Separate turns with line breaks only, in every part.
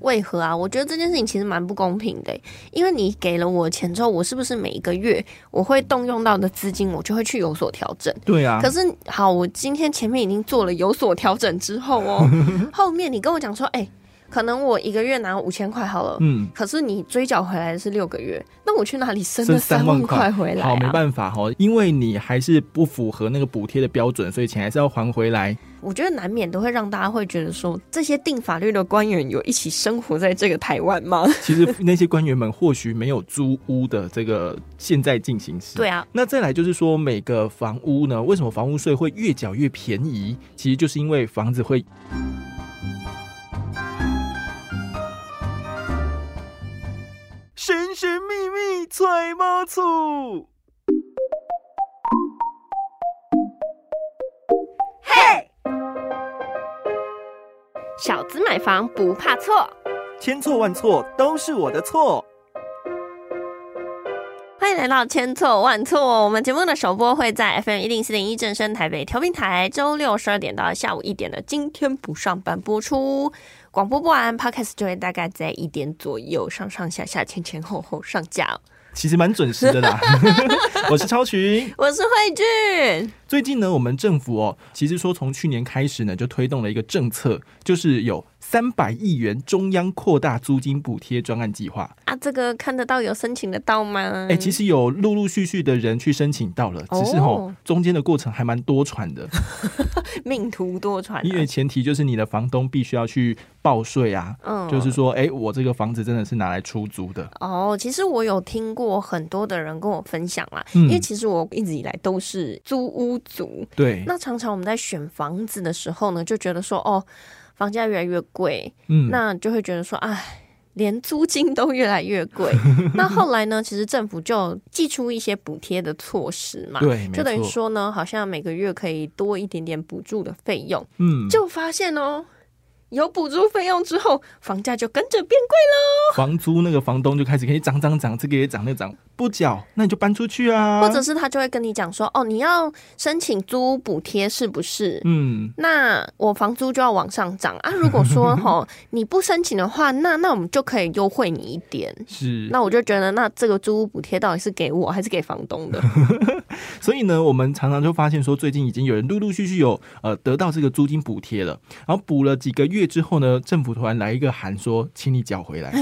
为何啊？我觉得这件事情其实蛮不公平的，欸因为你给了我钱之后，我是不是每一个月我会动用到的资金，我就会去有所调整？
对啊
可，是好，我今天前面已经做了有所调整之后 哦，
嗯
后面你跟我讲说，哎、可能我一个月拿五千块好了。
嗯，
可是你追缴回来的是六个月，那我去哪里生
剩
了
三
三
万
万
块
块回来、啊？
好，没办法哈、因为你还是不符合那个补贴的标准，所以钱还是要还 回来。
我觉得难免都会让大家会觉得说，这些定法律的官员有一起生活在这个台湾吗？
其实那些官员们或许没有租屋的这个现在进行时。
对啊，
那再来就是说，每个房屋呢，为什么房屋税会越缴越便宜？其实就是因为房子会。神神秘秘揣猫醋。
小资买房不怕错。
千错万错都是我的错。
欢迎来到千错万错。我们节目的首播会在 FM 一零四零一正声台北调频台，周六十二点到下午一点的。今天不上班播出，广播播完 Podcast 就会大概在一点左右上上下下前前后后上架。
其实蛮准时的啦。 我是超群。
我是慧俊，
最近呢，我们政府哦，其实说从去年开始呢，就推动了一个政策，就是有三百亿元中央扩大租金补贴专案计划。
啊，这个看得到有申请得到吗？
哎、其实有陆陆续续的人去申请到了，只是哦
嗯哦，
中间的过程还蛮多舛的，
命途多舛、啊，
因为前提就是你的房东必须要去报税啊。
嗯
就是说，哎、我这个房子真的是拿来出租的，
哦，其实我有听过很多的人跟我分享啦，
嗯
因为其实我一直以来都是租屋族，
对，
那常常我们在选房子的时候呢，就觉得说哦，房价越来越贵，
嗯，
那就会觉得说，哎。连租金都越来越贵， 那后来呢？其实政府就寄出一些补贴的措施嘛，
对，没
就等于
错，
说呢，好像每个月可以多一点点补助的费用，
嗯，
就发现哦，有补助费用之后，房价就跟着变贵。
房租那个房东就开始可以涨涨涨，这个也涨那个涨，不缴那你就搬出去啊，
或者是他就会跟你讲说，哦，你要申请租屋补贴是不是？
嗯，
那我房租就要往上涨 啊！如果说吼你不申请的话，那那我们就可以优惠你一点。
是。
那我就觉得，那这个租屋补贴到底是给我还是给房东的？
所以呢，我们常常就发现说，最近已经有人陆陆续续有呃得到这个租金补贴了，然后补了几个月之后呢，政府突然来一个函说，请你缴回来。
哎、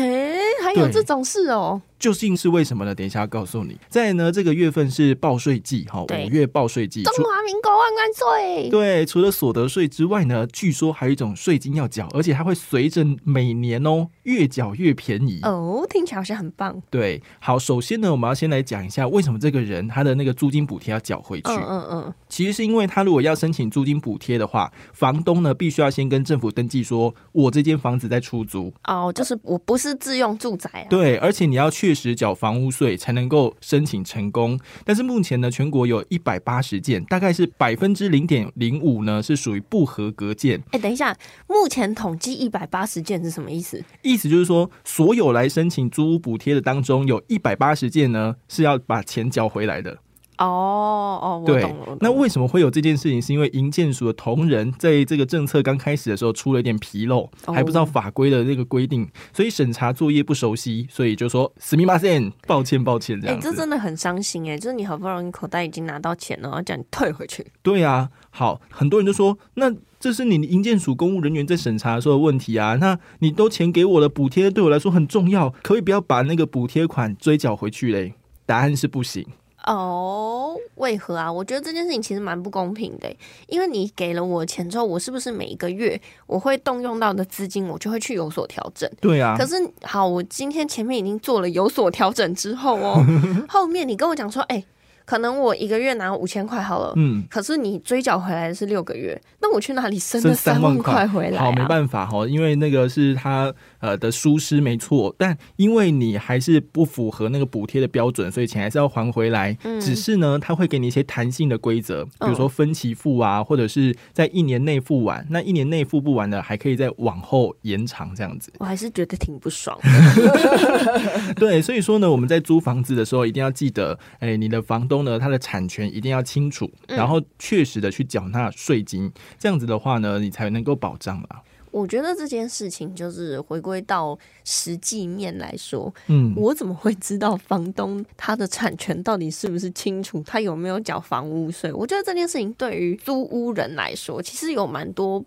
还有
对
这种事哦、
究竟是为什么呢？等一下要告诉你。再呢，这个月份是报税季哈，
对
五月报税季。
中
除
华民国万万岁！
对，除了所得税之外呢，据说还有一种税金要缴，而且它会随着每年哦越缴越便宜。
哦，听起来好像很棒。
对，好，首先呢，我们要先来讲一下为什么这个人他的那个租金补贴要缴回去。
嗯嗯嗯，
其实是因为他如果要申请租金补贴的话，房东呢必须要先跟政府登记说，我这间房子在出租。
哦，就是我不是自用住宅啊。
对，而且你要确实缴房屋税才能够申请成功。但是目前呢，全国有一百八十件，大概是百分之零点零五呢是属于不合格件，
哎、等一下，目前统计一百八十件是什么意思？
意思就是说，所有来申请租屋补贴的当中，有一百八十件呢是要把钱缴回来的。
哦哦，我
对
懂了。我懂了
那为什么会有这件事情？是因为营建署的同仁在这个政策刚开始的时候出了一点纰漏，
哦
还不知道法规的那个规定，所以审查作业不熟悉，所以就说死命 m 线，抱歉抱歉这
哎、
样
这
子。
真的很伤心哎、就是你好不容易口袋已经拿到钱了，然后叫你退回去。
对啊，好，很多人就说那。这是你营建署公务人员在审查的时候的问题啊！那你都钱给我了，补贴对我来说很重要，可以不要把那个补贴款追缴回去嘞？答案是不行。
哦，为何啊？我觉得这件事情其实蛮不公平的欸、因为你给了我钱之后，我是不是每一个月我会动用到的资金，我就会去有所调整？
对啊
可，是好，我今天前面已经做了有所调整之后 哦，后面你跟我讲说，哎、可能我一个月拿五千块好了。
嗯，
可是你追缴回来的是六个月，那我去哪里生
剩
了
三
三
万
万
块
块回来、啊？
好，没办法哈，因为那个是他呃的疏失没错，但因为你还是不符合那个补贴的标准，所以钱还是要还回来。
嗯哦
只是呢，他会给你一些弹性的规则，比如说分期付啊，或者是在一年内付完，那一年内付不完的，还可以再往后延长这样子。
我还是觉得挺不爽的。
对，所以说呢，我们在租房子的时候一定要记得，哎，你的房东呢，他的产权一定要清
嗯
楚，然后确实的去缴纳税金，这样子的话呢，你才能够保障啦。
我觉得这件事情就是回归到实际面来说，
嗯，
我怎么会知道房东他的产权到底是不是清楚，他有没有缴房屋税？我觉得这件事情对于租屋人来说，其实有蛮多，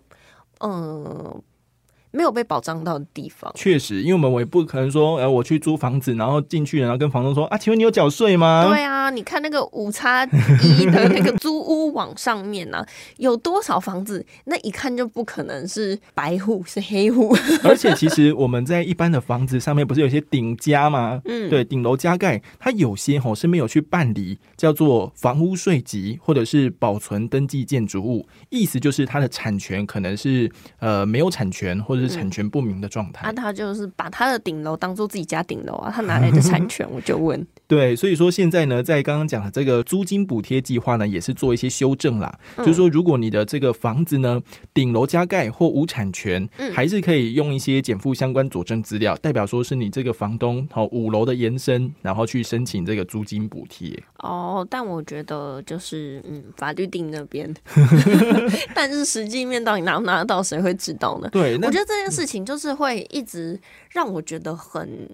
呃，没有被保障到的地方。
确实，因为我们我也不可能说，呃，我去租房子，然后进去，然后跟房东说啊，请问你有缴税吗？
对啊，你看那个五叉一的那个租屋网上面啊，有多少房子？那一看就不可能是白户，是黑户。
而且其实我们在一般的房子上面，不是有一些顶加吗？
嗯，
对，顶楼加盖，它有些吼是没有去办理叫做房屋税籍或者是保存登记建筑物，意思就是它的产权可能是呃没有产权或
嗯
者是产权不明的状态。
啊，他就是把他的顶楼当做自己家顶楼啊，他哪来的产权？我就问。
对，所以说现在呢，在刚刚讲的这个租金补贴计划呢，也是做一些修正啦。就是
嗯
说，如果你的这个房子呢顶楼加盖或无产权，
嗯
还是可以用一些减负相关佐证资料，代表说是你这个房东好五楼的延伸，然后去申请这个租金补贴。
哦，但我觉得就是嗯，法律定那 边， 但是实际面到底拿不拿得到，谁会知道呢？
对，那
我觉得这件事情就是会一直让我觉得很，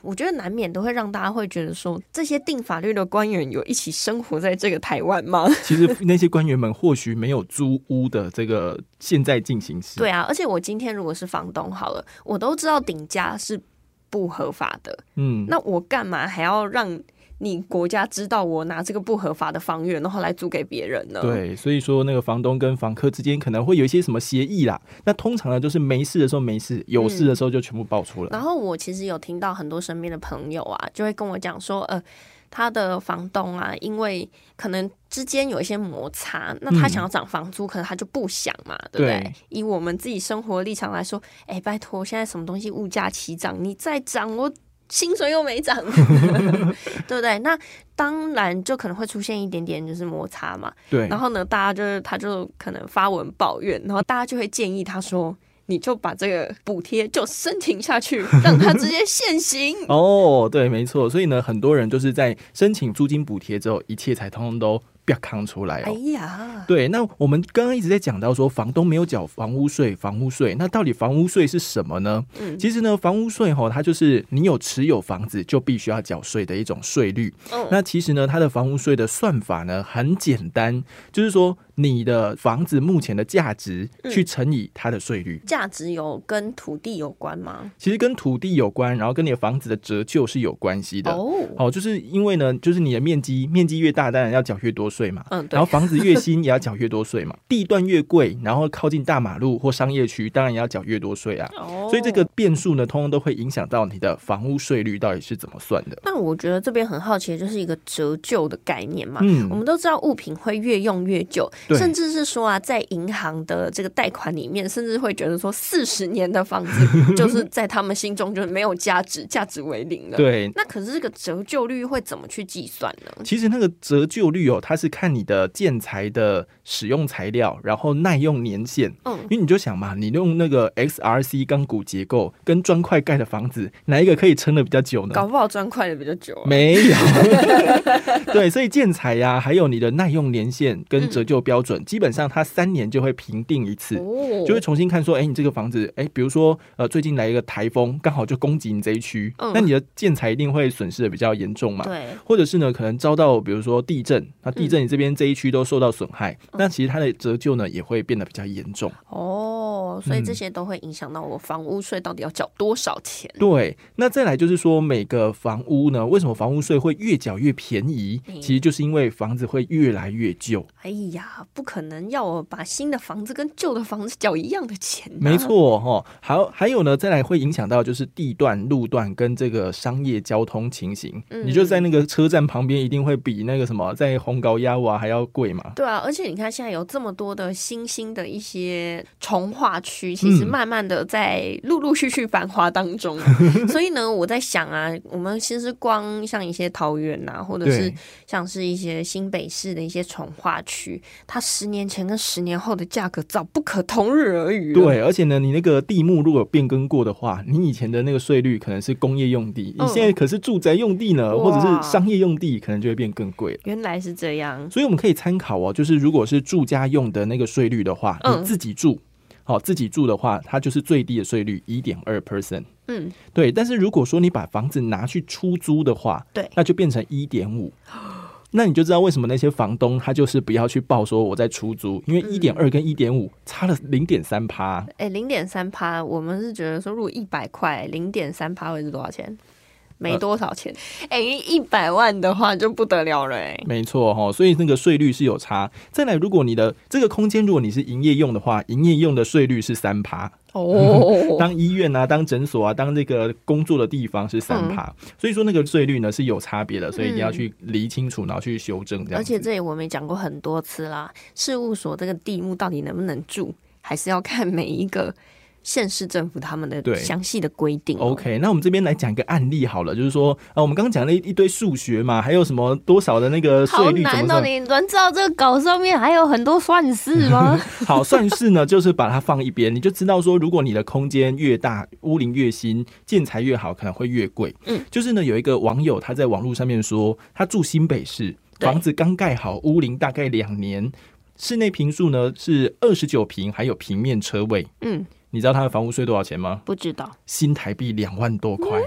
我觉得难免都会让大家会觉得说，这些定法律的官员有一起生活在这个台湾吗？
其实那些官员们或许没有租屋的这个现在进行时。
对啊，而且我今天如果是房东好了，我都知道顶家是不合法的，
嗯，
那我干嘛还要让你国家知道我拿这个不合法的房源，然后来租给别人呢？。
对，所以说那个房东跟房客之间可能会有一些什么协议啦。那通常呢，就是没事的时候没事，有事
嗯
的时候就全部爆出来。
然后我其实有听到很多身边的朋友啊，就会跟我讲说，呃，他的房东啊，因为可能之间有一些摩擦，那他
嗯
想要涨房租，可能他就不想嘛，对不对？
对
以我们自己生活的立场来说，哎，拜托，现在什么东西物价齐涨，你再涨我。薪水又没涨， 对不对？那当然就可能会出现一点点就是摩擦嘛。
对
然后呢，大家就是他就可能发文抱怨，然后大家就会建议他说，你就把这个补贴就申请下去，让他直接现行。
哦，对，没错。所以呢，很多人就是在申请租金补贴之后，一切才通通都不要扛出来
哎
哦。
呀，
对，那我们刚刚一直在讲到说，房东没有缴房屋税，房屋税，那到底房屋税是什么呢？
嗯
其实呢，房屋税吼，它就是你有持有房子就必须要缴税的一种税率。
嗯
那其实呢，它的房屋税的算法呢很简单，就是说你的房子目前的价值
嗯
去乘以它的税率，
价值有跟土地有关吗？
其实跟土地有关，然后跟你的房子的折旧是有关系的。
哦，
哦，就是因为呢，就是你的面积面积越大，当然要缴越多税嘛。
嗯，对
然后，房子越新也要缴越多税嘛，地段越贵，然后靠近大马路或商业区，当然也要缴越多税啊。
哦
所以这个。变数呢，通通都会影响到你的房屋税率到底是怎么算的。
那我觉得这边很好奇，的就是一个折旧的概念嘛。
嗯
我们都知道物品会越用越久，
对
甚至是说啊，在银行的这个贷款里面，甚至会觉得说四十年的房子 就是在他们心中就是没有价值，价值为零了。
对，
那可是这个折旧率会怎么去计算呢？
其实那个折旧率哦，它是看你的建材的使用材料，然后耐用年限。
嗯，
因为你就想嘛，你用那个 XRC 钢骨结构跟砖块盖的房子，哪一个可以撑的比较久呢？
搞不好砖块的比较久、啊。
没有， 对，所以建材呀、还有你的耐用年限跟折旧标准，基本上它三年就会评定一次，
嗯哦，
就会重新看说，哎、你这个房子，哎、比如说，呃，最近来一个台风，刚好就攻击你这一区，
嗯
那你的建材一定会损失的比较严重嘛。
对，嗯
或者是呢，可能遭到比如说地震，那地震你这边这一区都受到损害，那其实它的折旧呢也会变得比较严重。
哦，所以
嗯
这些都会影响到我房屋税到底要缴多少钱。
对，那再来就是说，每个房屋呢，为什么房屋税会越缴越便宜
嗯？
其实就是因为房子会越来越旧。
哎呀，不可能要我把新的房子跟旧的房子缴一样的钱、啊。
没，错哈、哦，还还有呢，再来会影响到就是地段、路段跟这个商业交通情形。
嗯
你就在那个车站旁边，一定会比那个什么在红高压瓦还要贵嘛。
对啊，而且你看，现在有这么多的新兴的一些重化区，其实
嗯
慢慢的在陆陆续续繁华当中 啊、所以呢，我在想啊，我们其实光像一些桃园啊，或者是
对
像是一些新北市的一些重化区，它十年前跟十年后的价格早不可同日而语了。
对，而且呢，你那个地目如果有变更过的话，你以前的那个税率可能是工业用地，
嗯
你现在可是住宅用地呢，或者
哇
是商业用地，可能就会变更贵了。
原来是这样。
所以我们可以参考哦，就是如果是住家用的那个税率的话，
嗯
你自己住。好、自己住的话，它就是最低的税率一点二 percent。
嗯，
对，但是如果说你把房子拿去出租的话，
对
那就变成一点五。那你就知道为什么那些房东他就是不要去报说我在出租，因为
嗯
一点二跟一点五差了零点三趴，
哎，零点三趴，我们是觉得说，如果一百块，零点三趴会是多少钱？没
呃
多少钱，哎、一百万的话就不得了了、哎，
没错哈、所以那个税率是有差。再来，如果你的这个空间如果你是营业用的话，营业用的税率是三趴，
哦，
当医院啊、当诊所啊、当这个工作的地方是三趴，
嗯
所以说那个税率呢是有差别的，所以一定要去理清楚，然后去修正这样
而
子。
且这里我们也讲过很多次啦，事务所这个地目到底能不能住，还是要看每一个县市政府他们的
对
详细的规定哦、
OK，那我们这边来讲一个案例好了，就是说啊，我们刚刚讲了一一堆数学嘛，还有什么多少的那个
好
税率怎
难
么
哦！
算？
你能知道这个稿上面还有很多算式 吗？
好，算式呢，就是把它放一边，你就知道说，如果你的空间越大，屋龄越新，建材越好，可能会越贵。
嗯，
就是呢，有一个网友他在网络上面说，他住新北市，
对
房子刚盖好，屋龄大概两年，室内平数呢是二十九平，还有平面车位。
嗯，
你知道他的房屋税多少钱吗？
不知道。
新台币两万多块。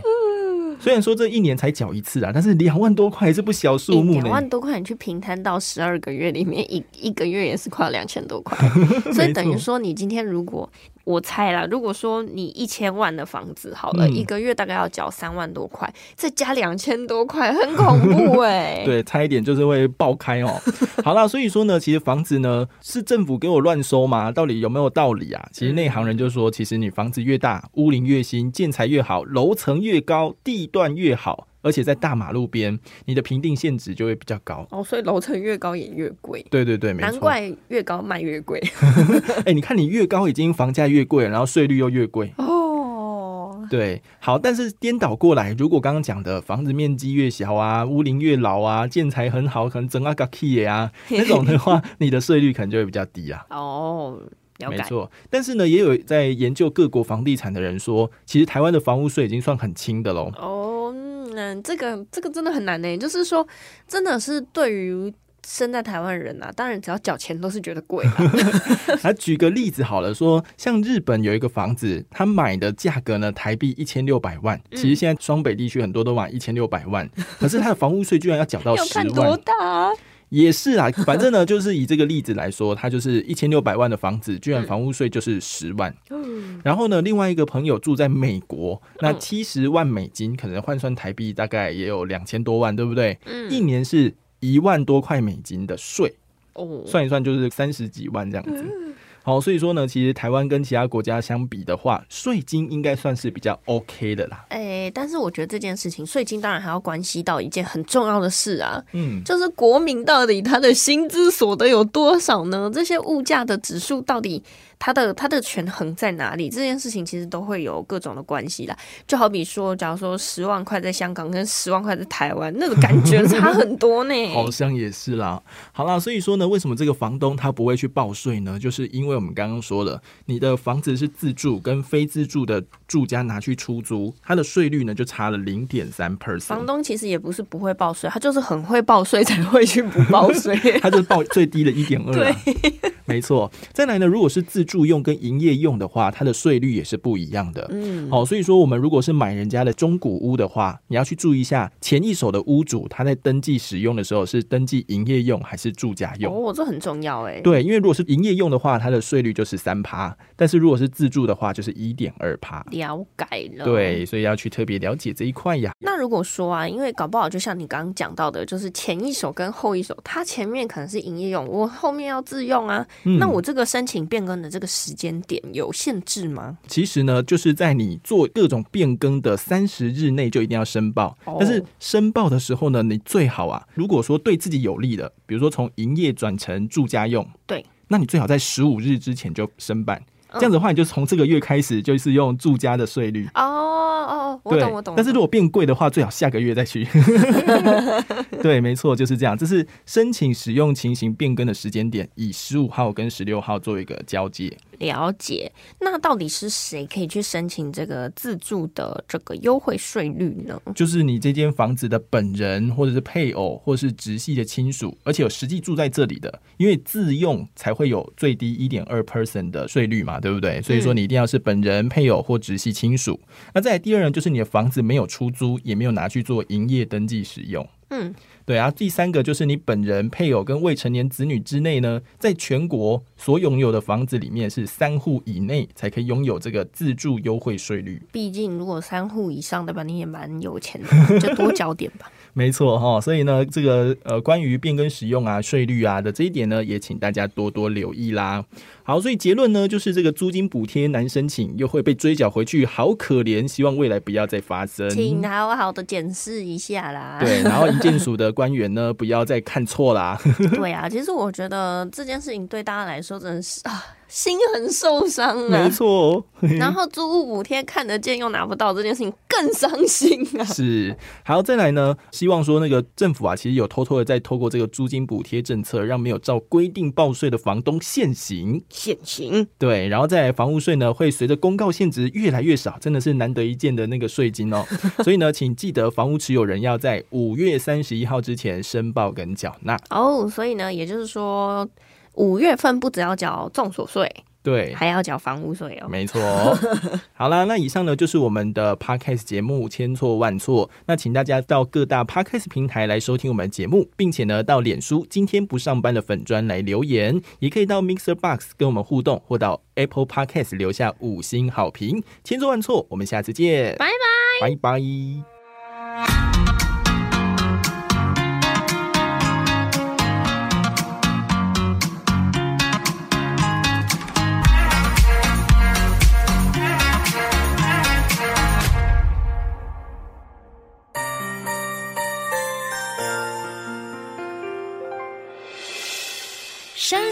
虽然说这一年才缴一次啊，但是两万多块也是不小数目
两、
呢。
万多块，你去平摊到十二个月里面，一一个月也是快要两千多块， 所以等于说你今天如果我猜啦，如果说你一千万的房子好了，
嗯
一个月大概要缴三万多块，再加两千多块，很恐怖哎、
对，差一点就是会爆开 哦。好啦，所以说呢，其实房子呢是政府给我乱收嘛，到底有没有道理啊？其实内行人就说，其实你房子越大，屋龄越新，建材越好，楼层越高，地段越好，而且在大马路边，你的评定限值就会比较高。
哦，所以楼层越高也越贵，
对对对，没错。
难怪越高卖越贵
哎、你看你越高，已经房价越贵了，然后税率又越贵。
哦。
对，好，但是颠倒过来，如果刚刚讲的房子面积越小啊，屋龄越老啊，建材很好，可能整啊个 key 啊那种的话，你的税率可能就会比较低啊。
哦，了
没
解。
错，但是呢，也有在研究各国房地产的人说，其实台湾的房屋税已经算很轻 的喽。
哦，嗯，这个这个真的很难呢，就是说，真的是对于生在台湾人啊，当然只要缴钱都是觉得贵啦。
啊，举个例子好了，说像日本有一个房子，他买的价格呢台币一千六百万，
嗯
其实现在双北地区很多都买一千六百万，可是他的房屋税居然要缴 到
要
十
看多
万，
大啊、
也是啊。反正呢，就是以这个例子来说，他就是一千六百万的房子，居然房屋税就是十万。
嗯
然后呢，另外一个朋友住在美国，那七十万美金可能换算台币大概也有两千多万，对不对？一年是一万多块美金的税，
哦，
算一算就是三十几万这样子。好，所以说呢，其实台湾跟其他国家相比的话，税金应该算是比较 OK 的啦。
哎、但是我觉得这件事情，税金当然还要关系到一件很重要的事啊，
嗯，
就是国民到底他的薪资所得有多少呢？这些物价的指数到底它的它的权衡在哪里？这件事情其实都会有各种的关系啦。就好比说，假如说十万块在香港跟十万块在台湾，那个感觉差很多呢。
好像也是啦。好啦，所以说呢，为什么这个房东他不会去报税呢？就是因为我们刚刚说了，你的房子是自住跟非自住的住家拿去出租，它的税率呢就差了零点三 percent
房。东其实也不是不会报税，他就是很会报税才会去不 报税。
它就是报最低的一点二。啊没错。再来呢，如果是自住用跟营业用的话，它的税率也是不一样的。
嗯，
好、所以说我们如果是买人家的中古屋的话，你要去注意一下前一手的屋主他在登记使用的时候是登记营业用还是住家用。
哦，这很重要哎、
对，因为如果是营业用的话，它的税率就是三趴，但是如果是自住的话，就是一点二趴。
了解了。
对，所以要去特别了解这一块呀。
那如果说啊，因为搞不好就像你刚刚讲到的，就是前一手跟后一手，它前面可能是营业用，我后面要自用啊。
嗯
那我这个申请变更的这个时间点有限制吗？
其实呢，就是在你做各种变更的三十日内就一定要申报。
哦
但是申报的时候呢，你最好啊，如果说对自己有利的，比如说从营业转成住家用，
对，
那你最好在十五日之前就申办。
嗯
这样子的话，你就从这个月开始就是用住家的税率。
哦哦，我懂我懂。
但是如果变贵的话，最好下个月再去。 对，没错，就是这样。这是申请使用情形变更的时间点，以十五号跟十六号做一个交界。
了解，那到底是谁可以去申请这个自住的这个优惠税率呢？
就是你这间房子的本人，或者是配偶，或者是直系的亲属，而且有实际住在这里的，因为自用才会有最低一点二 percent 的税率嘛，对不对？所以说你一定要是本人、配偶或直系亲属。那再来第二呢，就是你的房子没有出租，也没有拿去做营业登记使用。
嗯，
对啊，第三个就是你本人、配偶跟未成年子女之内呢，在全国所拥有的房子里面是三户以内才可以拥有这个自住优惠税率。
毕竟如果三户以上的吧，你也蛮有钱 的，就多交点吧。
没错哈、所以呢，这个呃，关于变更使用啊、税率啊的这一点呢，也请大家多多留意啦。好，所以结论呢，就是这个租金补贴难申请，又会被追缴回去，好可怜。希望未来不要再发生。
请好好的检视一下啦。
对，然后营建署的官员呢，不要再看错啦。
对啊，其实我觉得这件事情对大家来说真的是啊，心很受伤
没
啊。
错，
然后租屋补贴看得见又拿不到这件事情更伤心 啊。
是，还有再来呢，希望说那个政府啊，其实有偷偷的在透过这个租金补贴政策，让没有照规定报税的房东现行。
现行
对，然后再来房屋税呢，会随着公告限值越来越少，真的是难得一见的那个税金哦。所以呢，请记得房屋持有人要在五月三十一号之前申报跟缴纳。
哦，所以呢，也就是说，五月份不只要缴重所税，
对。
还要缴房屋税哦。
没错，好啦，那以上呢就是我们的 podcast 节目《千错万错》。那请大家到各大 podcast 平台来收听我们的节目，并且呢到脸书“今天不上班”的粉砖来留言，也可以到 Mixer Box 跟我们互动，或到 Apple Podcast 留下五星好评。千错万错，我们下次见，
拜
拜，拜拜。
伤